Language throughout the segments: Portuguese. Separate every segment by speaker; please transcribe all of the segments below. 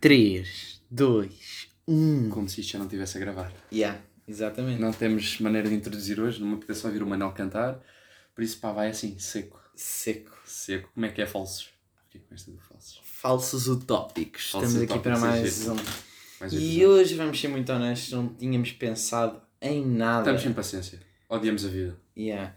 Speaker 1: 3, 2, 1.
Speaker 2: Como se isto já não estivesse a gravar.
Speaker 1: Yeah, exatamente.
Speaker 2: Não temos maneira de introduzir hoje, não me apetece ouvir o Manel cantar, por isso pá, vai assim, seco.
Speaker 1: Seco.
Speaker 2: Seco. Como é que é falsos? Fiquei com esta do falsos.
Speaker 1: Falsos utópicos.
Speaker 2: Falsos
Speaker 1: Estamos aqui para
Speaker 2: utópicos,
Speaker 1: mais
Speaker 2: é
Speaker 1: um.
Speaker 2: Mais um
Speaker 1: E
Speaker 2: episódio.
Speaker 1: hoje vamos ser muito honestos, não tínhamos pensado em nada.
Speaker 2: Estamos sem paciência. Odiamos a vida.
Speaker 1: Yeah.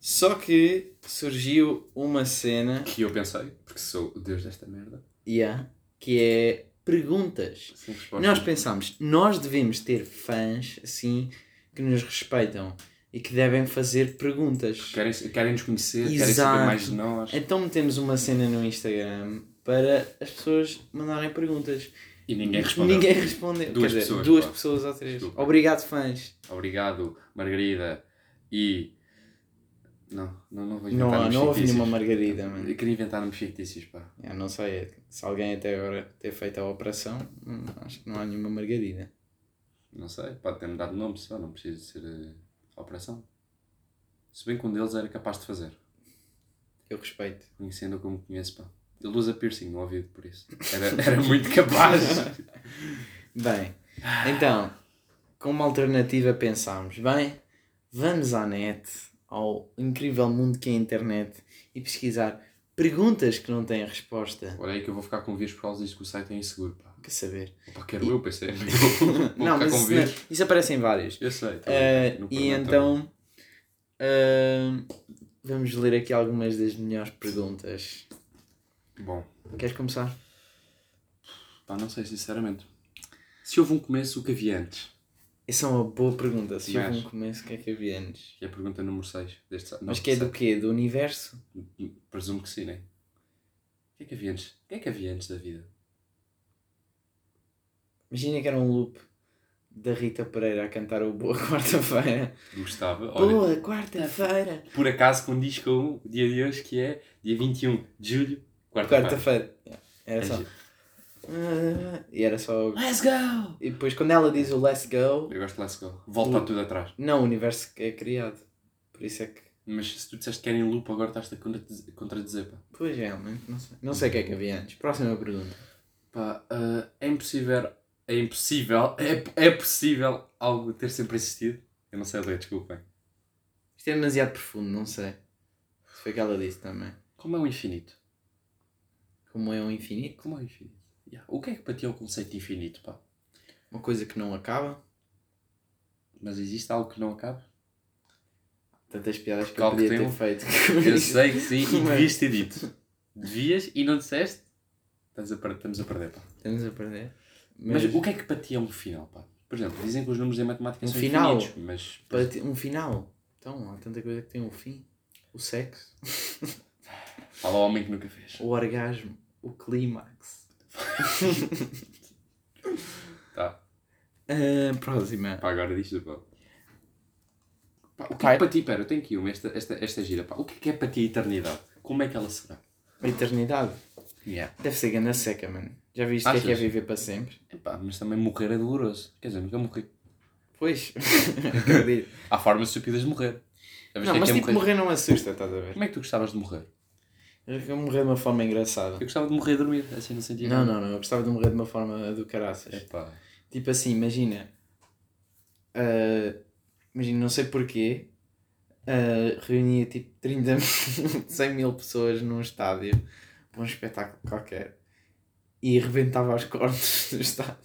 Speaker 1: Só que surgiu uma cena
Speaker 2: Que eu pensei, porque sou o deus desta merda.
Speaker 1: yeah, que é perguntas.
Speaker 2: Sem resposta.
Speaker 1: Nós pensámos, nós devemos ter fãs assim que nos respeitam e que devem fazer perguntas.
Speaker 2: Querem, querem nos conhecer, querem
Speaker 1: Exato.
Speaker 2: saber mais de nós.
Speaker 1: Então metemos uma cena no Instagram para as pessoas mandarem perguntas.
Speaker 2: E ninguém responde.
Speaker 1: Ninguém respondeu.
Speaker 2: Duas
Speaker 1: Quer dizer,
Speaker 2: pessoas,
Speaker 1: duas
Speaker 2: pá.
Speaker 1: pessoas ou três.
Speaker 2: Desculpa.
Speaker 1: Obrigado, fãs.
Speaker 2: Obrigado, Margarida. E. Não, não, não vou
Speaker 1: Não,
Speaker 2: inventar
Speaker 1: há-
Speaker 2: nomes
Speaker 1: não houve
Speaker 2: fictícios.
Speaker 1: nenhuma Margarida, mano.
Speaker 2: Eu queria inventar nomes fictícios, pá.
Speaker 1: Eu não sei se alguém até agora ter feito a operação, hum, acho que não há nenhuma Margarida.
Speaker 2: Não sei, pode ter mudado de nome só, não precisa de ser eh, a operação. Se bem que um deles era capaz de fazer,
Speaker 1: Eu respeito.
Speaker 2: conhecendo como conheço, pá. Ele usa piercing no ouvido, por isso. Era, era muito capaz.
Speaker 1: Bem, então, como alternativa pensámos, bem, vamos à net, ao incrível mundo que é a internet, e pesquisar perguntas que não têm resposta.
Speaker 2: Olha aí que eu vou ficar com vírus por causa disto que o site é inseguro, pá.
Speaker 1: Quer saber?
Speaker 2: Pá, quero eu, pensei. Vou, vou
Speaker 1: não,
Speaker 2: ficar
Speaker 1: mas
Speaker 2: com um
Speaker 1: isso,
Speaker 2: vírus.
Speaker 1: não- isso aparece em vários.
Speaker 2: Eu sei. tá
Speaker 1: Ah,
Speaker 2: bem, não
Speaker 1: e
Speaker 2: prometo.
Speaker 1: então, ah, vamos ler aqui algumas das melhores perguntas.
Speaker 2: Bom,
Speaker 1: Queres começar?
Speaker 2: pá, não sei, sinceramente. Se houve um começo, o que havia antes?
Speaker 1: Essa é uma boa pergunta. Se houve
Speaker 2: Mas-
Speaker 1: um começo, o que é que havia antes?
Speaker 2: Que é a pergunta número 6 deste site.
Speaker 1: Mas que é do quê? Do universo?
Speaker 2: Presumo que sim, né? O que é que havia antes? O que é que havia antes da vida?
Speaker 1: Imagina que era um loop da Rita Pereira a cantar o Boa Quarta-feira.
Speaker 2: Gostava. Olha,
Speaker 1: Boa Quarta-feira!
Speaker 2: por acaso condiz com um o dia de hoje, que é dia 21 de julho, quarta-feira. É
Speaker 1: Quarta-feira. É, Era só. "Ah", E era só.
Speaker 2: Let's go!
Speaker 1: E depois quando ela diz o let's go,
Speaker 2: Eu gosto de Let's Go. Volta
Speaker 1: Uh.
Speaker 2: tudo atrás.
Speaker 1: não, o universo é criado. Por isso é que.
Speaker 2: Mas se tu disseste que era em loop, agora estás-te a contradiz- contradizer, pá.
Speaker 1: Pois realmente, não sei. Não sei o que é que havia antes. Próxima pergunta.
Speaker 2: Pá, ah, é impossível. É impossível. É, é possível algo ter sempre existido? Eu não sei ler, desculpem.
Speaker 1: Isto é demasiado profundo, não sei. Se foi o que ela disse também.
Speaker 2: Como é o infinito?
Speaker 1: Como é o infinito,
Speaker 2: Como é o infinito? Ya, O que é que para ti é o conceito de infinito, pá?
Speaker 1: uma coisa que não acaba.
Speaker 2: Mas existe algo que não acaba?
Speaker 1: Tantas piadas que eu
Speaker 2: Claro que
Speaker 1: podia ter
Speaker 2: tem um-
Speaker 1: feito.
Speaker 2: Eu sei que sim e
Speaker 1: Não é?
Speaker 2: devias ter dito. Devias e não disseste? Estás a per- Estamos a perder, pá.
Speaker 1: Estamos a perder.
Speaker 2: Mas,
Speaker 1: Mas,
Speaker 2: o que é que para ti é um final, pá? Por exemplo, dizem que os números em matemática
Speaker 1: Um
Speaker 2: são
Speaker 1: final?
Speaker 2: infinitos, mas...
Speaker 1: para ti- um final. Então, há tanta coisa que tem um fim. O sexo,
Speaker 2: Fala ao homem que nunca fez.
Speaker 1: o orgasmo, o clímax.
Speaker 2: Tá,
Speaker 1: Ah, próxima.
Speaker 2: pá, agora diz-te, pá. Pá, O que é
Speaker 1: Pai.
Speaker 2: que para ti, pera, eu tenho aqui uma, esta, esta, esta gira, pá. O que é que é para ti a eternidade? Como é que ela será?
Speaker 1: A eternidade.
Speaker 2: Yeah.
Speaker 1: Deve ser ganda seca, mano. Já viste o que é que é
Speaker 2: Achas?
Speaker 1: viver para sempre?
Speaker 2: Epá, mas também morrer é doloroso. Quer dizer, nunca morri.
Speaker 1: Pois. Acredito.
Speaker 2: Há formas estúpidas de morrer. Já
Speaker 1: não,
Speaker 2: viste o que é
Speaker 1: mas
Speaker 2: que é
Speaker 1: tipo,
Speaker 2: morrer?
Speaker 1: morrer não assusta, estás a ver?
Speaker 2: Como é que tu gostavas de morrer?
Speaker 1: Eu morrer de uma forma engraçada.
Speaker 2: Eu gostava de morrer a dormir, assim não sentia
Speaker 1: Não, não, não. Eu gostava de morrer de uma forma do caraças.
Speaker 2: Epá.
Speaker 1: Tipo assim, imagina. ah, imagina, não sei porquê. ah, reunia tipo 30 mil, 100 mil pessoas num estádio para um espetáculo qualquer e arrebentava os cortes do estádio.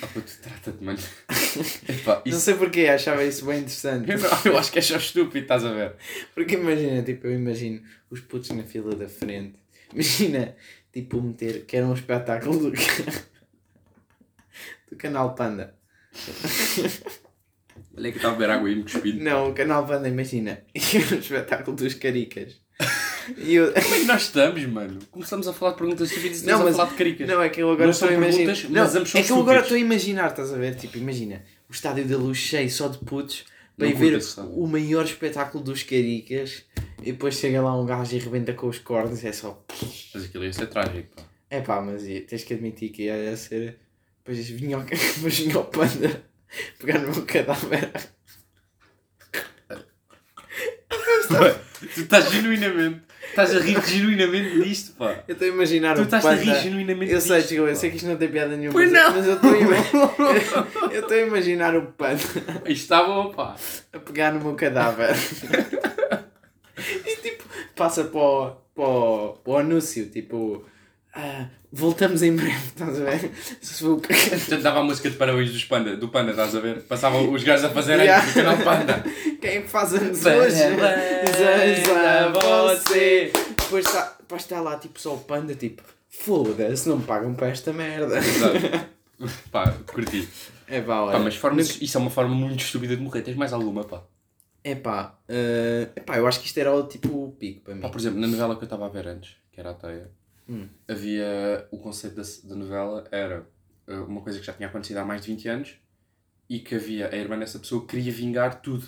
Speaker 2: Ah, puto, trata-te, mano. Epá,
Speaker 1: Não
Speaker 2: isso...
Speaker 1: sei porquê, achava isso bem interessante.
Speaker 2: Eu, não- eu acho que é só estúpido, estás a ver?
Speaker 1: Porque imagina, tipo, eu imagino os putos na fila da frente. Imagina, tipo, meter que era um espetáculo do, do canal Panda.
Speaker 2: Olha que estava a beber água e me cuspindo.
Speaker 1: Não, o canal Banda, imagina. E o espetáculo dos caricas. E eu...
Speaker 2: Como é que nós estamos, mano? Começamos a falar de perguntas estúpidas e
Speaker 1: Não,
Speaker 2: estamos
Speaker 1: mas-
Speaker 2: a falar de caricas.
Speaker 1: Não, é que eu agora
Speaker 2: Não
Speaker 1: estou a
Speaker 2: são
Speaker 1: imaginar.
Speaker 2: perguntas,
Speaker 1: Não,
Speaker 2: mas ambos são
Speaker 1: é que eu agora estou
Speaker 2: estúpidos.
Speaker 1: a imaginar, estás a ver? Tipo, imagina, o estádio da luz cheio só de putos para
Speaker 2: Não
Speaker 1: ir
Speaker 2: curto
Speaker 1: ver
Speaker 2: esse estádio.
Speaker 1: o maior espetáculo dos caricas e depois chega lá um gajo e arrebenta com os cornos. É só.
Speaker 2: Mas aquilo ia ser trágico, pá.
Speaker 1: É pá, mas e- tens que admitir que ia ia ser. Depois vinha ao, depois vinha ao panda pegar no meu cadáver.
Speaker 2: Tu estás genuinamente. Estás a rir genuinamente disto, pá.
Speaker 1: Eu estou a imaginar
Speaker 2: Tu
Speaker 1: o
Speaker 2: estás a rir
Speaker 1: panda.
Speaker 2: genuinamente
Speaker 1: Eu
Speaker 2: disto.
Speaker 1: sei, desculpa, eu
Speaker 2: pá.
Speaker 1: sei que isto não tem piada nenhuma.
Speaker 2: Pois
Speaker 1: mas-
Speaker 2: não.
Speaker 1: Mas eu estou a ima- eu estou a imaginar o panda
Speaker 2: Isto está bom, pá.
Speaker 1: a pegar no meu cadáver. e tipo, passa para o, para o, para o anúncio, tipo. "Ah, voltamos em breve, estás a ver? Se for o que-
Speaker 2: Portanto, dava a música de parabéns dos panda, do Panda, estás a ver? Passavam os gajos a fazer
Speaker 1: Yeah.
Speaker 2: antes do canal Panda.
Speaker 1: Quem é faz anos hoje? Desejo a você. Depois está, depois está lá tipo só o panda, tipo, foda-se, não me pagam para esta merda.
Speaker 2: Exato. Pá, curti.
Speaker 1: É pá, olha.
Speaker 2: Pá, mas formas, isso é uma forma muito estúpida de morrer. Tens mais alguma, pá?
Speaker 1: É pá, eh, é pá, eu acho que isto era o tipo o pico para mim.
Speaker 2: Pá, por exemplo, na novela que eu estava a ver antes, que era a Teia,
Speaker 1: Hum.
Speaker 2: havia o conceito da, da novela era eh, uma coisa que já tinha acontecido há mais de 20 anos e que havia a irmã dessa pessoa que queria vingar tudo,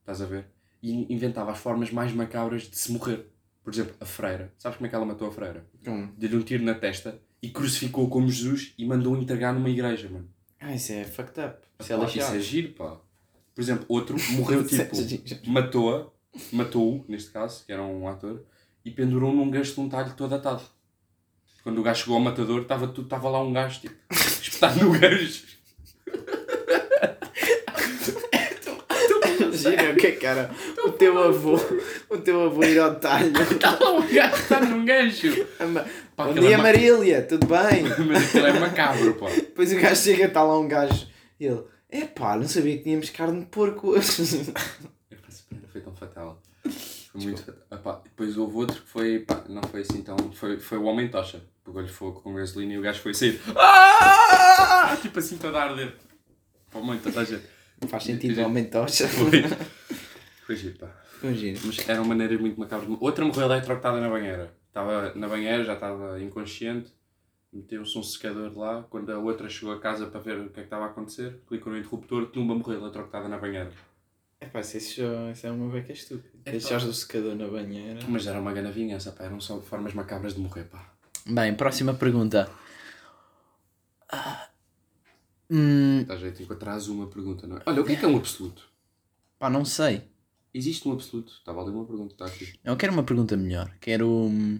Speaker 2: estás a ver? E inventava as formas mais macabras de se morrer. Por exemplo, a freira. Sabes como é que ela matou a freira?
Speaker 1: Hum.
Speaker 2: Deu-lhe um tiro na testa e crucificou como Jesus e mandou-o entregar numa igreja, mano.
Speaker 1: Ah, isso é fucked up. Isso é
Speaker 2: Pá, Isso é
Speaker 1: lixado.
Speaker 2: giro, pá. Por exemplo, outro morreu tipo
Speaker 1: Isso é giro.
Speaker 2: matou-a, matou-o, neste caso, que era um ator, e pendurou num gancho de um talho todo atado. Quando o gajo chegou ao matador, estava tu- estava lá um gajo, tipo, espetado no gancho.
Speaker 1: Gira, o que é que era? O teu avô, o teu avô ir ao talho.
Speaker 2: Está lá um gajo, está num gancho.
Speaker 1: Ama-
Speaker 2: Pá,
Speaker 1: Bom
Speaker 2: aquele é
Speaker 1: dia,
Speaker 2: ma-
Speaker 1: Marília, tudo bem?
Speaker 2: Mas aquilo é macabro, pá.
Speaker 1: Depois o gajo chega, está lá um gajo. E ele, é pá, não sabia que tínhamos carne de porco hoje.
Speaker 2: Eu penso, "Pá, Foi tão fatal. Foi muito fatal. Ah, pá, depois houve outro que foi, pá, não foi assim tão. Foi, foi o Homem Tocha. Pegou-lhe fogo com gasolina e o gajo foi sair. Ah! Tipo assim, todo a arder. Pá, muito, toda a gente.
Speaker 1: Faz sentido, aumenta tocha.
Speaker 2: Foi. Foi giro, pá.
Speaker 1: Foi giro.
Speaker 2: Mas eram maneiras muito macabras. Outra morreu eletrocutada na banheira. Estava na banheira, já estava inconsciente. Meteu-se um secador lá. Quando a outra chegou a casa para ver o que é que estava a acontecer, clicou no interruptor, tumba morreu eletrocutada na banheira.
Speaker 1: É pá, isso, isso, isso é uma beca estúpida.
Speaker 2: É
Speaker 1: Deixares o secador na banheira.
Speaker 2: Mas era uma grande vingança, pá. Eram só formas macabras de morrer, pá.
Speaker 1: Bem, próxima pergunta. Ah, hum,
Speaker 2: Dá jeito, encontrarás uma pergunta, não é? Olha, o que é que é um absoluto?
Speaker 1: pá, não sei.
Speaker 2: Existe um absoluto? Estava ali uma pergunta, está aqui.
Speaker 1: Eu quero uma pergunta melhor. Quero. hum,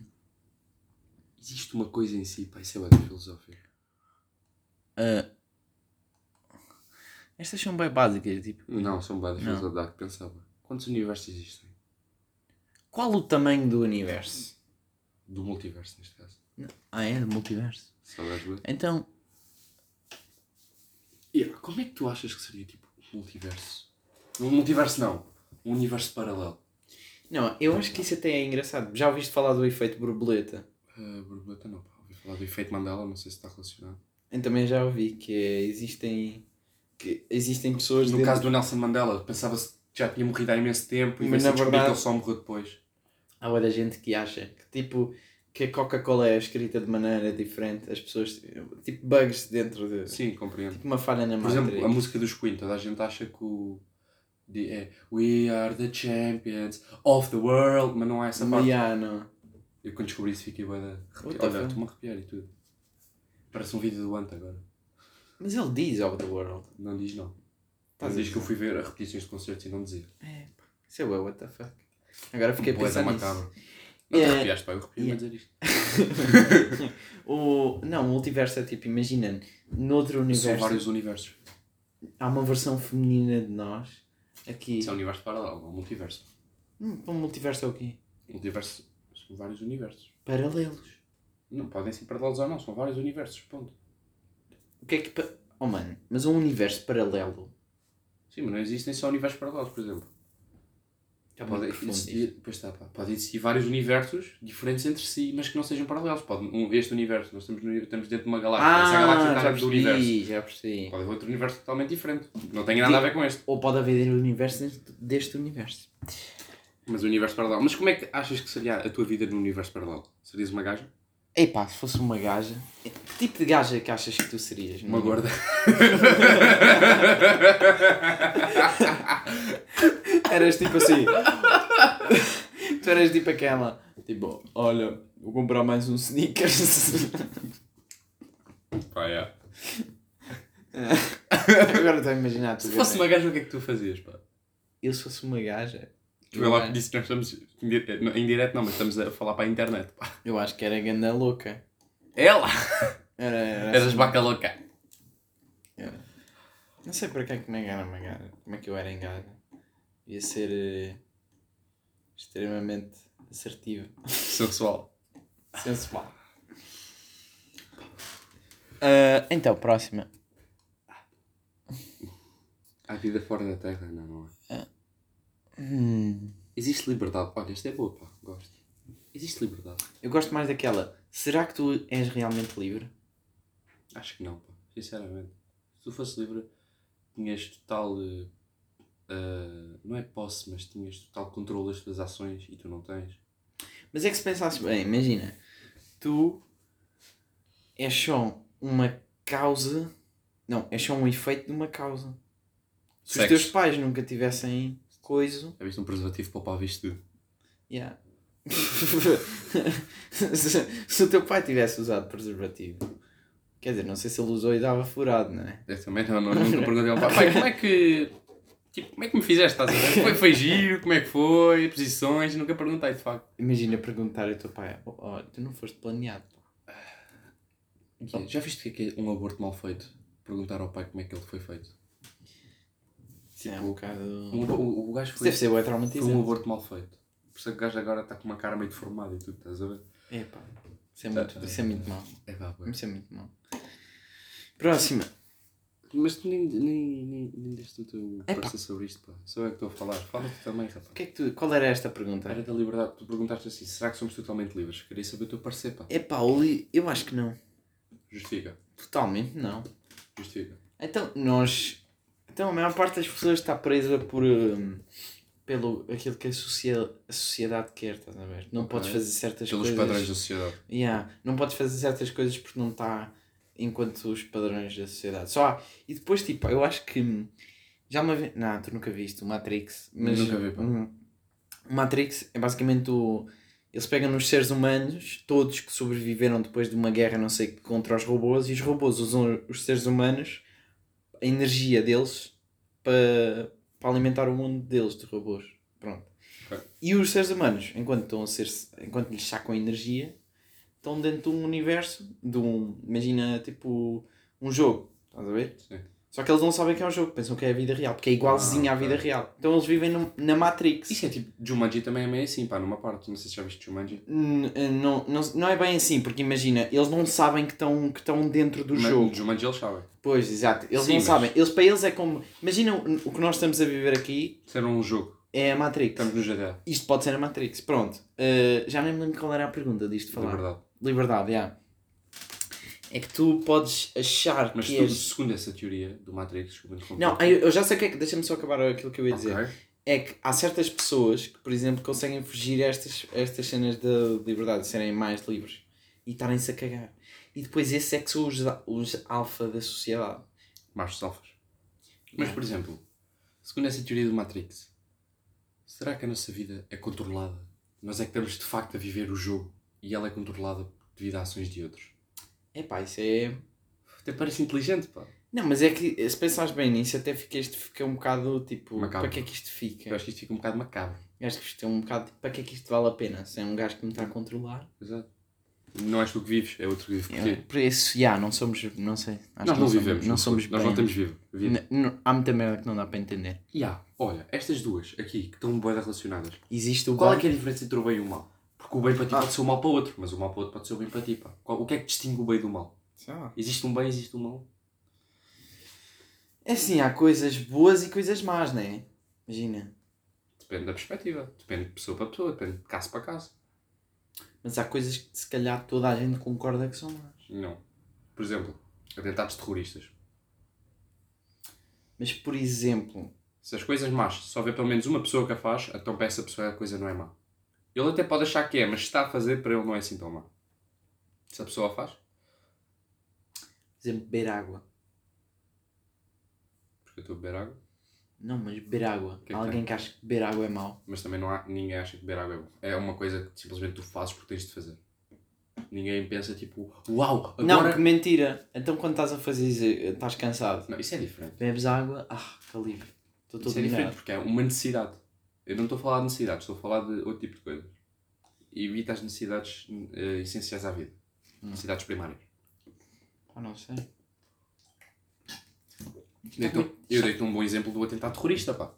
Speaker 2: Existe uma coisa em si, pá. Isso é bem filosófico.
Speaker 1: ah, Estas são bem básicas. Tipo,
Speaker 2: Não, são bem
Speaker 1: Não.
Speaker 2: filosóficos, dá que pensava. Quantos universos existem?
Speaker 1: qual o tamanho do universo?
Speaker 2: Do multiverso, neste caso.
Speaker 1: Ah, é? Do multiverso.
Speaker 2: Só das duas.
Speaker 1: Então,
Speaker 2: E como é que tu achas que seria tipo o multiverso? Um multiverso não. Um universo paralelo.
Speaker 1: não, eu acho que isso até é engraçado. Já ouviste falar do efeito borboleta?
Speaker 2: Uh, borboleta não, pá. Ouvi falar do efeito Mandela, não sei se está relacionado.
Speaker 1: Eu também já ouvi que é- existem. Que existem pessoas
Speaker 2: no
Speaker 1: dentro-
Speaker 2: caso do Nelson Mandela, pensava-se que já tinha morrido há imenso tempo e
Speaker 1: Mas
Speaker 2: mas
Speaker 1: na
Speaker 2: na descobrir que
Speaker 1: verdade-
Speaker 2: ele só morreu depois.
Speaker 1: Há muita gente que acha que tipo que a Coca-Cola é escrita de maneira diferente, as pessoas tipo bugs dentro de
Speaker 2: Sim, compreendo.
Speaker 1: tipo uma falha na
Speaker 2: Por
Speaker 1: Matrix.
Speaker 2: exemplo, a música dos Queen, toda a gente acha que o. de- É, We are the champions of the world, mas não há essa parte.
Speaker 1: Yeah, não.
Speaker 2: Eu quando descobri isso fiquei bué da. tipo,
Speaker 1: What the
Speaker 2: Olha,
Speaker 1: fuck?
Speaker 2: estou-me a arrepiar e tudo. Parece um vídeo do Ant agora.
Speaker 1: Mas ele diz of the world.
Speaker 2: Não diz não.
Speaker 1: Estás
Speaker 2: Mas
Speaker 1: a
Speaker 2: diz que eu
Speaker 1: dizer.
Speaker 2: fui ver repetições de concertos e não dizia.
Speaker 1: É, pá, isso é bué, what the fuck. Agora fiquei a
Speaker 2: Bué da
Speaker 1: pensar nisso.
Speaker 2: macabra. Não
Speaker 1: É.
Speaker 2: te arrepiaste, pá, eu arrepio-me a dizer isto.
Speaker 1: O, não, o multiverso é tipo, imagina, noutro
Speaker 2: São
Speaker 1: universo
Speaker 2: vários universos.
Speaker 1: há uma versão feminina de nós aqui.
Speaker 2: Isso é um universo paralelo, é um multiverso.
Speaker 1: Hum, um multiverso é o quê?
Speaker 2: Multiverso são vários universos.
Speaker 1: Paralelos.
Speaker 2: Não podem ser paralelos ou não, são vários universos, ponto.
Speaker 1: O que é que. pa- Oh mano, mas um universo paralelo.
Speaker 2: Sim, mas não existem só universos paralelos, por exemplo.
Speaker 1: Tá muito
Speaker 2: Pode
Speaker 1: profundo isto.
Speaker 2: existir, pois está, pá. Pode existir vários universos diferentes entre si, mas que não sejam paralelos. Pode, um- este universo, nós estamos, no- estamos dentro de uma galáxia, essa galáxia
Speaker 1: Ah,
Speaker 2: está
Speaker 1: já
Speaker 2: dentro do universo.
Speaker 1: percebi, já percebi.
Speaker 2: Pode haver outro universo totalmente diferente. Não tem nada a ver com este.
Speaker 1: Ou pode haver universo dentro deste universo.
Speaker 2: Mas o universo paralelo. Mas como é que achas que seria a tua vida no universo paralelo? Serias uma gaja?
Speaker 1: Epá, se fosse uma gaja. Que tipo de gaja que achas que tu serias?
Speaker 2: Uma
Speaker 1: não?
Speaker 2: gorda.
Speaker 1: Eras tipo assim. tu eras tipo aquela. Tipo, olha, vou comprar mais um sneakers.
Speaker 2: Pá, é.
Speaker 1: Agora estou a né? imaginar tu.
Speaker 2: Se fosse uma gaja, o que é que tu fazias, pá?
Speaker 1: Eu se fosse uma gaja.
Speaker 2: Tu é lá que disse que nós estamos. Em dire- em direto não, mas estamos a falar para a internet. pá.
Speaker 1: Eu acho que era ganda louca.
Speaker 2: Ela!
Speaker 1: Era, era
Speaker 2: Eras vaca louca.
Speaker 1: Era. Não sei para que como é que era uma gaja. Como é que eu era em gaja. Ia ser eh, extremamente assertivo,
Speaker 2: Sexual.
Speaker 1: sensual. Ah, então, próxima.
Speaker 2: Há vida fora da Terra, não, não é?
Speaker 1: Hum,
Speaker 2: Existe liberdade. Olha, esta é boa, pá. Gosto. Existe liberdade.
Speaker 1: eu gosto mais daquela. Será que tu és realmente livre?
Speaker 2: Acho que não, pá. Sinceramente. Se tu fosse livre, tinhas total. eh, eh, não é posse, mas tinhas total controle das tuas ações e tu não tens.
Speaker 1: Mas é que se pensasse bem, imagina, tu és só uma causa, não, és só um efeito de uma causa. Se os
Speaker 2: Sexo.
Speaker 1: teus pais nunca tivessem coisa,
Speaker 2: Já viste um preservativo para o pau visto tudo?
Speaker 1: yeah. se, se o teu pai tivesse usado preservativo, quer dizer, não sei se ele usou e dava furado, não é?
Speaker 2: Eu também não, não, nunca perguntei ao pai. Pai, como é que. Tipo, como é que me fizeste? Estás a ver? Foi, foi giro, como é que foi? Posições, nunca perguntei de facto.
Speaker 1: Imagina perguntar ao teu pai: "Oh, oh, tu não foste planeado, pá."
Speaker 2: Já viste o que é que é um aborto mal feito? Perguntar ao pai como é que ele foi feito.
Speaker 1: Isso é um
Speaker 2: Um-
Speaker 1: bocado.
Speaker 2: o, o gajo
Speaker 1: Isso
Speaker 2: foi.
Speaker 1: deve ser bem
Speaker 2: Foi um
Speaker 1: traumatizante.
Speaker 2: aborto mal feito. Por isso é que o gajo agora está com uma cara meio deformada e tudo, estás a ver?
Speaker 1: É pá, isso é muito, isso é muito mau.
Speaker 2: É pá, pá.
Speaker 1: Isso é muito mau. Próxima.
Speaker 2: Mas tu nem, nem, nem, nem deste o teu
Speaker 1: É pá.
Speaker 2: parecer sobre isto, pá. Sou eu que estou a falar. Fala tu também, rapaz.
Speaker 1: O que é que tu, qual era esta pergunta?
Speaker 2: Era da liberdade. Tu perguntaste assim, será que somos totalmente livres? Queria saber o teu parecer, pá.
Speaker 1: É pá, o li- eu acho que não.
Speaker 2: Justifica.
Speaker 1: Totalmente não.
Speaker 2: Justifica.
Speaker 1: Então, nós. Então, a maior parte das pessoas está presa por. hum, pelo aquilo que a, socia- a sociedade quer, estás a ver? Não
Speaker 2: Ok.
Speaker 1: podes fazer certas
Speaker 2: Pelos
Speaker 1: coisas.
Speaker 2: padrões da sociedade.
Speaker 1: Yeah, não podes fazer certas coisas porque não está enquanto os padrões da sociedade. Só há- E depois, tipo, eu acho que. Já uma vez. Não, tu nunca viste o Matrix. Mas
Speaker 2: Nunca vi, pá.
Speaker 1: Hum, O Matrix é basicamente o. Eles pegam nos seres humanos, todos que sobreviveram depois de uma guerra, não sei, contra os robôs, e os robôs usam os seres humanos, a energia deles, para, para alimentar o mundo deles, de robôs. Pronto.
Speaker 2: Ok.
Speaker 1: E os seres humanos, enquanto, estão a ser, enquanto lhes sacam energia, estão dentro de um universo, de um, imagina, tipo, um jogo, estás a ver?
Speaker 2: Sim.
Speaker 1: Só que eles não sabem que é um jogo, pensam que é a vida real, porque é igualzinho
Speaker 2: Ah,
Speaker 1: à vida
Speaker 2: ok.
Speaker 1: real. Então eles vivem num- na Matrix.
Speaker 2: Isso é tipo, Jumanji também é meio assim, pá, numa parte. Não sei se já viste Jumanji.
Speaker 1: N- n- Não, não, não é bem assim, porque imagina, eles não sabem que estão que estão dentro do
Speaker 2: Mas
Speaker 1: jogo.
Speaker 2: Jumanji eles sabem.
Speaker 1: Pois, exato. Eles
Speaker 2: Sim,
Speaker 1: não
Speaker 2: mas-
Speaker 1: sabem. Eles, para eles é como. Imagina o- o que nós estamos a viver aqui
Speaker 2: Ser um jogo.
Speaker 1: é a Matrix.
Speaker 2: Estamos no GTA.
Speaker 1: Isto pode ser a Matrix. Pronto. Uh, já nem me lembro qual era a pergunta disto falar. Liberdade,
Speaker 2: Liberdade.
Speaker 1: já. É que tu podes achar
Speaker 2: Mas
Speaker 1: que
Speaker 2: tu,
Speaker 1: és.
Speaker 2: segundo essa teoria do Matrix, desculpa interromper.
Speaker 1: é Não, eu eu já sei o que é que. Deixa-me só acabar aquilo que eu ia dizer.
Speaker 2: Ok.
Speaker 1: é que há certas pessoas que, por exemplo, conseguem fugir a estas, a estas cenas da liberdade, de serem mais livres e estarem-se a cagar. E depois esses é que são os, os alfa da sociedade.
Speaker 2: machos alfas.
Speaker 1: É.
Speaker 2: Mas, por exemplo, segundo essa teoria do Matrix, será que a nossa vida é controlada? Nós é que estamos de facto a viver o jogo e ela é controlada devido a ações de outros.
Speaker 1: É pá, isso é.
Speaker 2: Até parece inteligente, pá.
Speaker 1: Não, mas é que se pensares bem nisso, até fica, isto fica um bocado tipo.
Speaker 2: Macabro.
Speaker 1: Para que é que isto fica?
Speaker 2: Eu acho que isto fica um bocado macabro.
Speaker 1: Acho que isto é um bocado. Tipo, para que é que isto vale a pena? Se é um gajo que me está a controlar.
Speaker 2: Exato. ah, Não és tu que vives, é outro que vive por ti.
Speaker 1: Por isso, já, não somos. Não sei. Acho
Speaker 2: Nós
Speaker 1: que
Speaker 2: não
Speaker 1: somos-
Speaker 2: vivemos.
Speaker 1: Não
Speaker 2: no
Speaker 1: somos
Speaker 2: fundo. Nós não
Speaker 1: bem-
Speaker 2: temos vivo. vida.
Speaker 1: N- não- Há muita merda que não dá para entender.
Speaker 2: E há, olha, estas duas aqui que estão bem relacionadas.
Speaker 1: Existe o
Speaker 2: Qual é
Speaker 1: bem-
Speaker 2: que é a diferença entre o bem e o mal? Porque o bem para ti
Speaker 1: Ah.
Speaker 2: pode ser o mal para o outro, mas o mal para o outro pode ser o bem para ti, pá. Qual- o que é que distingue o bem do mal?
Speaker 1: Sei lá.
Speaker 2: Existe um bem, existe um mal?
Speaker 1: É assim, há coisas boas e coisas más, não é? Imagina.
Speaker 2: Depende da perspectiva, depende de pessoa para pessoa, depende de caso para caso.
Speaker 1: Mas há coisas que se calhar toda a gente concorda que são más.
Speaker 2: Não. Por exemplo, atentados terroristas.
Speaker 1: Mas, por exemplo,
Speaker 2: Se as coisas más só vê pelo menos uma pessoa que a faz, então para essa pessoa a coisa não é má. Ele até pode achar que é, mas se está a fazer, para ele não é assim tão má. Se a pessoa a faz,
Speaker 1: por exemplo, beber água.
Speaker 2: porque eu estou a beber água,
Speaker 1: Não, mas beber água.
Speaker 2: que é que
Speaker 1: Alguém
Speaker 2: tem?
Speaker 1: que acha que beber água é mau.
Speaker 2: mas também não há, ninguém acha que beber água é bom. É uma coisa que simplesmente tu fazes porque tens de fazer. Ninguém pensa tipo, uau,
Speaker 1: Não,
Speaker 2: agora...
Speaker 1: que mentira. Então, quando estás a fazer isso, estás cansado.
Speaker 2: Não, isso é diferente.
Speaker 1: Bebes água, ah, que alívio. Estou
Speaker 2: Isso
Speaker 1: todo
Speaker 2: é diferente
Speaker 1: melhor.
Speaker 2: porque é uma necessidade. Eu não estou a falar de necessidades, estou a falar de outro tipo de coisas. Evita as necessidades eh, essenciais à vida. Necessidades primárias.
Speaker 1: Ah, não sei. é
Speaker 2: Dei-te um- eu dei-te um bom exemplo do atentado terrorista, pá.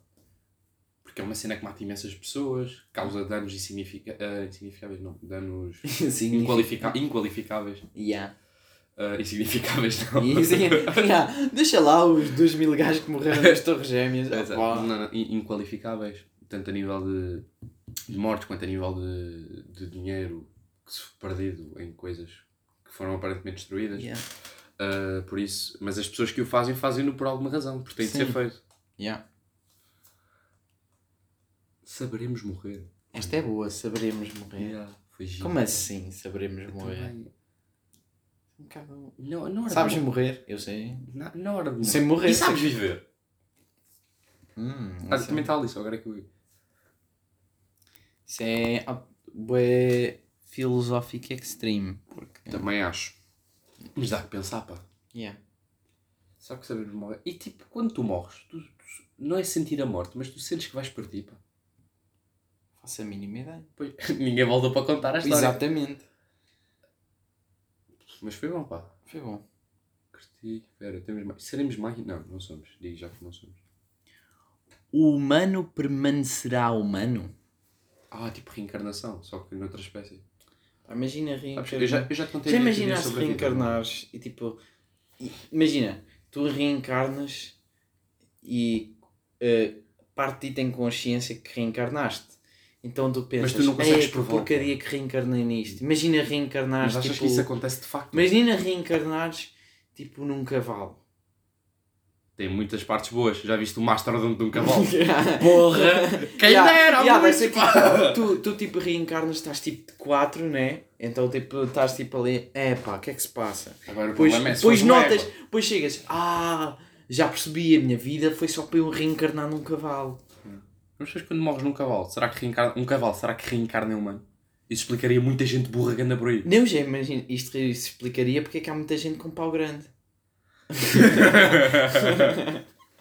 Speaker 2: Porque é uma cena que mata imensas pessoas, causa danos insignifica- eh, insignificáveis, não, danos
Speaker 1: Significa.
Speaker 2: inqualifica- inqualificáveis,
Speaker 1: Yeah.
Speaker 2: eh, insignificáveis não.
Speaker 1: E, sim, yeah. Deixa lá os 2 mil gajos que morreram nas Torres Gêmeas.
Speaker 2: Pois é,
Speaker 1: Opa.
Speaker 2: não, não, in- inqualificáveis, tanto a nível de, de mortes quanto a nível de, de dinheiro que se foi perdido em coisas que foram aparentemente destruídas.
Speaker 1: Yeah.
Speaker 2: Uh, por isso, mas as pessoas que o fazem, fazem-no por alguma razão, porque tem de
Speaker 1: Sim.
Speaker 2: ser feito.
Speaker 1: Yeah.
Speaker 2: Saberemos morrer.
Speaker 1: Esta é boa, saberemos morrer.
Speaker 2: Yeah, foi giro.
Speaker 1: Como assim saberemos
Speaker 2: Eu
Speaker 1: morrer?
Speaker 2: também-
Speaker 1: Um bocado-
Speaker 2: Não, não era
Speaker 1: Sabes
Speaker 2: de...
Speaker 1: morrer? Eu sei.
Speaker 2: Na, na hora de morrer.
Speaker 1: Sem morrer,
Speaker 2: E sabes viver.
Speaker 1: Hum,
Speaker 2: Ah,
Speaker 1: isso
Speaker 2: também está ali, só agora é que eu vi.
Speaker 1: Isso é ah, bué filosófico extreme. Porque...
Speaker 2: Também acho. Mas dá que pensar, pá.
Speaker 1: Yeah.
Speaker 2: Sabe que sabermos morrer. E tipo, quando tu morres, tu, tu- não é sentir a morte, mas tu sentes que vais partir, pá.
Speaker 1: Faço a mínima ideia.
Speaker 2: Pois, ninguém voltou para contar a história.
Speaker 1: Exatamente.
Speaker 2: Mas foi bom, pá.
Speaker 1: Foi bom.
Speaker 2: Curti. Espera, temos mais. Seremos mais? Não, não somos. Digo já que não somos.
Speaker 1: O humano permanecerá humano?
Speaker 2: Ah, tipo reencarnação, só que noutra espécie.
Speaker 1: Imagina
Speaker 2: Sabes, eu, já,
Speaker 1: reencarnar.
Speaker 2: eu já te contei
Speaker 1: Já
Speaker 2: a minha teoria
Speaker 1: imaginaste
Speaker 2: sobre a vida.
Speaker 1: reencarnares e tipo. i- Imagina, tu reencarnas e eh, parte de ti tem consciência que reencarnaste. Então tu pensas,
Speaker 2: tu não consegues
Speaker 1: "Ei, que
Speaker 2: provar."
Speaker 1: porcaria que reencarnei nisto. Imagina reencarnares
Speaker 2: Mas achas
Speaker 1: tipo,
Speaker 2: que isso é acontece de facto?
Speaker 1: Imagina reencarnares tipo num cavalo.
Speaker 2: Tem muitas partes boas. Já viste o mastrodonte de um cavalo?
Speaker 1: Porra!
Speaker 2: Quem
Speaker 1: Yeah,
Speaker 2: dera!
Speaker 1: yeah, vai
Speaker 2: mas,
Speaker 1: ser
Speaker 2: pá!
Speaker 1: tipo, tu, tu tipo reencarnas, estás tipo de 4, né? Então tipo, estás tipo ali, é pá, o que é que se passa?
Speaker 2: Agora o
Speaker 1: Depois,
Speaker 2: problema é se
Speaker 1: depois
Speaker 2: fores uma
Speaker 1: notas,
Speaker 2: égua.
Speaker 1: depois chegas, ah, já percebi, a minha vida foi só para eu reencarnar num cavalo.
Speaker 2: Mas depois quando morres num cavalo, será que reencarna... Um cavalo, será que reencarna em humano? Isso explicaria muita gente burra que anda por aí.
Speaker 1: Não, já imagino, isto isso explicaria porque é que há muita gente com pau grande.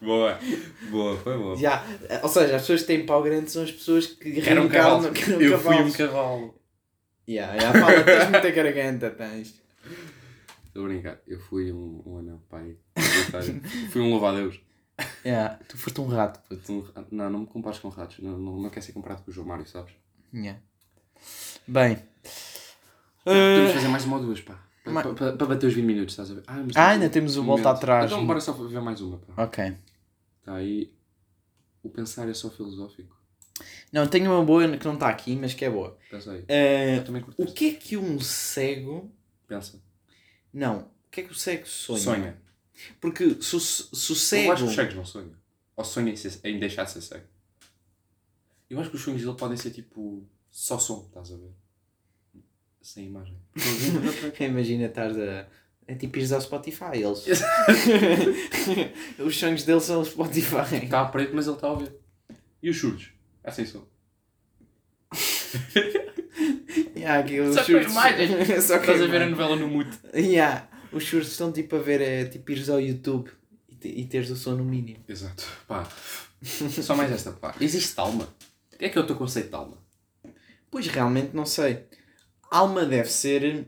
Speaker 2: boa. Boa, foi boa.
Speaker 1: Já, ou seja, as pessoas que têm pau grande são as pessoas que
Speaker 2: Era um cavalo.
Speaker 1: reencarnam. que eram
Speaker 2: Eu fui um
Speaker 1: cavalos.
Speaker 2: cavalo.
Speaker 1: Ya, ya, fala, tens muita garganta, tens.
Speaker 2: Estou a brincar. Eu fui um, um anão, pai. fui um louva-a-deus.
Speaker 1: Ya, Tu foste um rato, puto.
Speaker 2: Um ra- Não, não me compares com ratos. Não, não, não quer ser comparado com o João Mário, sabes?
Speaker 1: Yeah. Bem.
Speaker 2: Podemos
Speaker 1: Uh,
Speaker 2: fazer mais uma ou duas, pá.
Speaker 1: Ma-
Speaker 2: Para bater os 20 minutos, estás a ver? mas
Speaker 1: Ah, ainda temos o
Speaker 2: um
Speaker 1: volta
Speaker 2: momento.
Speaker 1: atrás.
Speaker 2: Então, bora só ver mais uma, pá.
Speaker 1: ok.
Speaker 2: Está Tá aí. O pensar é só filosófico.
Speaker 1: Não, tenho uma boa que não está aqui, mas que é boa.
Speaker 2: Pensa aí.
Speaker 1: Uh,
Speaker 2: Eu também curto
Speaker 1: o
Speaker 2: esta.
Speaker 1: que é que um cego.
Speaker 2: Pensa.
Speaker 1: Não, o que é que o cego sonha? é
Speaker 2: Sonha.
Speaker 1: Porque se, o- se o
Speaker 2: Eu
Speaker 1: cego.
Speaker 2: acho que os cegos não sonham. Ou sonham em, ser- em deixar de ser cego. Eu acho que os sonhos dele podem ser tipo. Só som, estás a ver? Sem imagem.
Speaker 1: Imagina, estás a. É tipo ires ao Spotify, eles. Os sonhos deles são o Spotify.
Speaker 2: Está Tá a preto, mas ele está a ouvir. E os surdos? É sem som.
Speaker 1: Yeah, aqueles
Speaker 2: Só com a
Speaker 1: surtos-
Speaker 2: imagem.
Speaker 1: Só com
Speaker 2: Estás a ver um- a
Speaker 1: imagem.
Speaker 2: novela no mute.
Speaker 1: Yeah, os surtos estão tipo a ver, é tipo ires ao YouTube e, te- e teres o som no mínimo.
Speaker 2: Exato. Pá. Só mais esta pá. Existe alma? O que é que é o teu conceito de alma?
Speaker 1: Pois realmente não sei. Alma deve ser.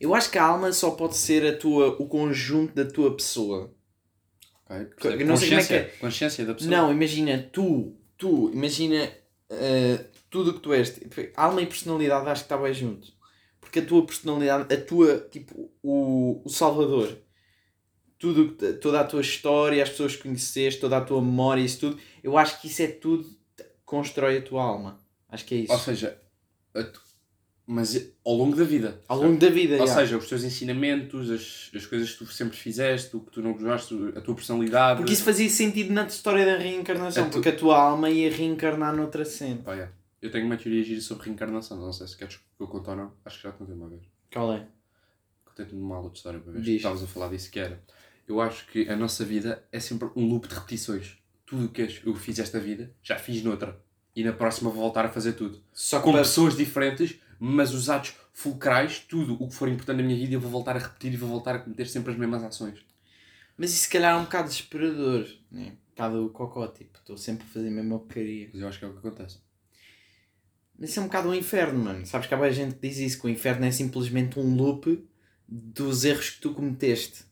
Speaker 1: Eu acho que a alma só pode ser a tua, o conjunto da tua pessoa.
Speaker 2: Ok.
Speaker 1: Eu não sei como é que
Speaker 2: consciência,
Speaker 1: é.
Speaker 2: consciência da pessoa.
Speaker 1: Não, imagina tu, tu, imagina eh, tudo o que tu és. Alma e personalidade acho que está bem junto. Porque a tua personalidade, a tua, tipo, o, o Salvador, tudo, o que te- toda a tua história, as pessoas que conheceste, toda a tua memória, isso tudo, eu acho que isso é tudo que constrói a tua alma. Acho que é isso.
Speaker 2: Ou seja, a tu- mas ao longo da vida.
Speaker 1: Ao longo da vida,
Speaker 2: Ou
Speaker 1: já.
Speaker 2: seja, os teus ensinamentos, as, as coisas que tu sempre fizeste, o que tu não gostaste, a tua personalidade.
Speaker 1: Porque isso fazia sentido na história da reencarnação,
Speaker 2: É tu-
Speaker 1: porque a tua alma ia reencarnar noutra cena.
Speaker 2: Pá, é. Eu tenho uma teoria gira sobre reencarnação, não sei se queres que eu conte ou não. Acho que já te contei uma vez.
Speaker 1: Qual é?
Speaker 2: Contei-te numa aula de história uma vez.
Speaker 1: Diz.
Speaker 2: Estavas a falar disso que era. Eu acho que a nossa vida é sempre um loop de repetições. Tudo o que eu fiz esta vida, já fiz noutra. E na próxima vou voltar a fazer tudo.
Speaker 1: Só
Speaker 2: com
Speaker 1: para-
Speaker 2: pessoas diferentes, mas os atos fulcrais, tudo o que for importante na minha vida, eu vou voltar a repetir e vou voltar a cometer sempre as mesmas ações.
Speaker 1: Mas isso se calhar é um bocado desesperador, né? Cá do cocó, tipo, estou sempre a fazer a mesma porcaria.
Speaker 2: Mas eu acho que é o que acontece.
Speaker 1: Mas isso é um bocado um inferno, mano. Sabes que há bem gente que diz isso, que o inferno é simplesmente um loop dos erros que tu cometeste,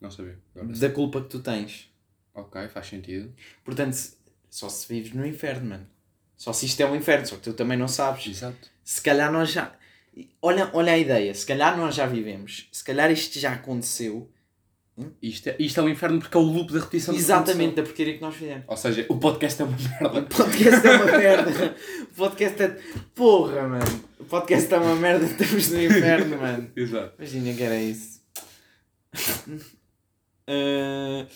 Speaker 2: Não sabia. Agora sim.
Speaker 1: da culpa que tu tens.
Speaker 2: Ok, faz sentido.
Speaker 1: Portanto, se- só se vives no inferno, mano. Só se isto é um inferno, só que tu também não sabes.
Speaker 2: Exato.
Speaker 1: Se calhar nós já. Olha, olha a ideia, se calhar nós já vivemos, se calhar isto já aconteceu.
Speaker 2: Isto é, isto é um inferno porque é o loop da repetição. da
Speaker 1: Exatamente
Speaker 2: repetição.
Speaker 1: da porcaria que nós fizemos.
Speaker 2: Ou seja, o podcast é uma
Speaker 1: O
Speaker 2: merda.
Speaker 1: podcast é uma merda. O podcast é. Porra, mano. O podcast é uma merda. Estamos no inferno, mano.
Speaker 2: Exato.
Speaker 1: Imagina que era isso. Ah,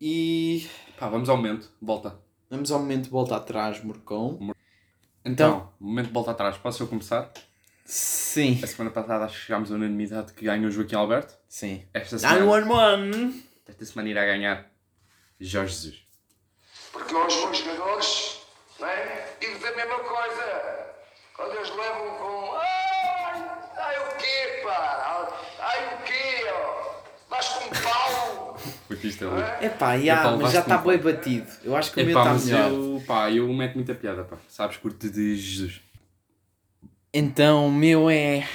Speaker 1: e.
Speaker 2: Pá, vamos ao momento. Volta.
Speaker 1: Vamos ao momento de volta atrás, Morcão.
Speaker 2: Então, momento de volta atrás. Posso eu começar?
Speaker 1: Sim.
Speaker 2: A semana passada acho que chegámos à unanimidade que ganhou o Joaquim Alberto.
Speaker 1: Sim.
Speaker 2: Esta semana,
Speaker 1: 911!
Speaker 2: esta semana irá ganhar Jorge Jesus.
Speaker 3: Porque hoje os jogadores, não é? Digo-vos a mesma coisa. Quando eles levam com. Ai, ai o quê, pá? Ai o quê, ó? Vais com um pau?
Speaker 2: Foi isto é ali.
Speaker 1: Epá,
Speaker 2: Epá,
Speaker 1: já, mas
Speaker 2: levaste
Speaker 1: já está
Speaker 2: um
Speaker 1: bem
Speaker 2: pau.
Speaker 1: batido. Eu acho que o meu
Speaker 2: Epá,
Speaker 1: está
Speaker 2: mas
Speaker 1: melhor.
Speaker 2: eu, pá, eu meto muita piada, pá. Sabes, curto de Jesus.
Speaker 1: Então, o meu é.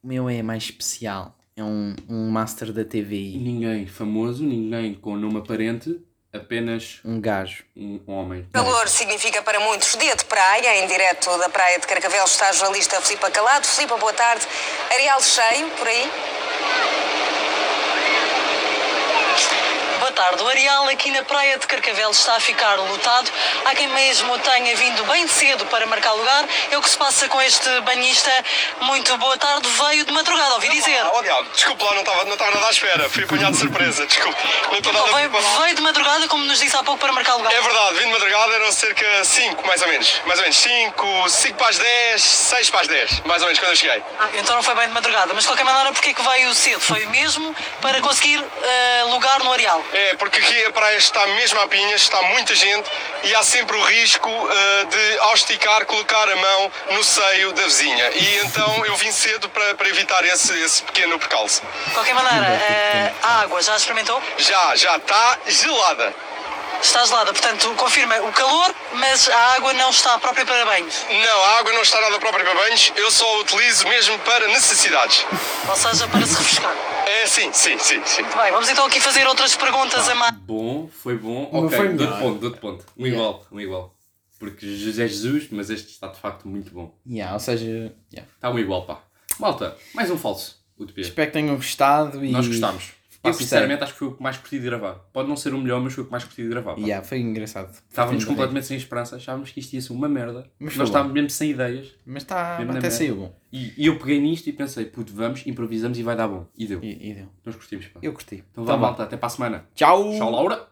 Speaker 1: O meu é mais especial. É um, um master da TVI.
Speaker 2: Ninguém famoso, ninguém com nome aparente, apenas
Speaker 1: Um gajo.
Speaker 2: um homem.
Speaker 4: Calor significa para muitos dia de praia, em direto da praia de Carcavelos está a jornalista Filipa Calado. Filipa, boa tarde. Areal cheio, por aí? Boa tarde. O areal aqui na praia de Carcavelos está a ficar lotado. Há quem mesmo tenha vindo bem cedo para marcar lugar. É o que se passa com este banhista. Muito boa tarde. Veio de madrugada, ouvi dizer.
Speaker 5: Ah, oh, diabo, desculpa lá, não estava não estava nada à espera. Fui apanhado de surpresa, desculpa. Não estou nada
Speaker 4: Veio,
Speaker 5: preparado.
Speaker 4: veio de madrugada, como nos disse há pouco, para marcar lugar.
Speaker 5: É verdade, vim de madrugada, eram cerca 5, mais ou menos. Mais ou menos 5, 5 para as 10, 6 para as 10, mais ou menos, quando eu cheguei.
Speaker 4: Ah, Então não foi bem de madrugada, mas de qualquer maneira, porque é que veio cedo? Foi mesmo para conseguir eh, lugar no areal.
Speaker 5: É, porque aqui a praia está mesmo a pinhas, está muita gente e há sempre o risco ah, de, ao esticar, colocar a mão no seio da vizinha. E então eu vim cedo para, para evitar esse, esse pequeno percalço.
Speaker 4: De qualquer maneira, eh, a água já experimentou?
Speaker 5: Já, já está gelada.
Speaker 4: Está gelada, portanto confirma o calor, mas a água não está própria para banhos.
Speaker 5: Não, a água não está nada própria para banhos, eu só a utilizo mesmo para necessidades.
Speaker 4: Ou seja, para se refrescar. Muito
Speaker 5: É, sim, sim, sim, sim.
Speaker 4: bem, vamos então aqui fazer outras perguntas a mais.
Speaker 2: Bom, foi bom.
Speaker 1: Não
Speaker 2: ok,
Speaker 1: foi
Speaker 2: dou-te
Speaker 1: melhor.
Speaker 2: ponto, dou-te ponto. Um igual, um igual. Porque José Jesus, mas este está de facto muito bom.
Speaker 1: Yeah, ou seja, yeah.
Speaker 2: Está um igual, pá. Malta, mais um falso. Utopia.
Speaker 1: espero que tenham gostado e.
Speaker 2: Nós gostámos. Pá,
Speaker 1: Eu gostei.
Speaker 2: sinceramente, acho que foi o que mais curti de gravar. Pode não ser o melhor, mas foi o que mais curti de gravar. pá.
Speaker 1: Yeah, foi engraçado.
Speaker 2: Estávamos
Speaker 1: Foi muito
Speaker 2: completamente sem esperança, achávamos que isto ia ser uma merda.
Speaker 1: Mas foi
Speaker 2: Nós
Speaker 1: bom.
Speaker 2: estávamos mesmo sem ideias.
Speaker 1: bem. Mas está.
Speaker 2: Mesmo na
Speaker 1: Até
Speaker 2: merda.
Speaker 1: saiu bom.
Speaker 2: E, e eu peguei nisto e pensei, puto, vamos, improvisamos e vai dar bom. E deu.
Speaker 1: E, e deu.
Speaker 2: Nós curtimos, pá.
Speaker 1: Eu curti.
Speaker 2: Então
Speaker 1: Tá
Speaker 2: vá,
Speaker 1: bom.
Speaker 2: malta, até para a semana.
Speaker 1: Tchau!
Speaker 2: Tchau, Laura.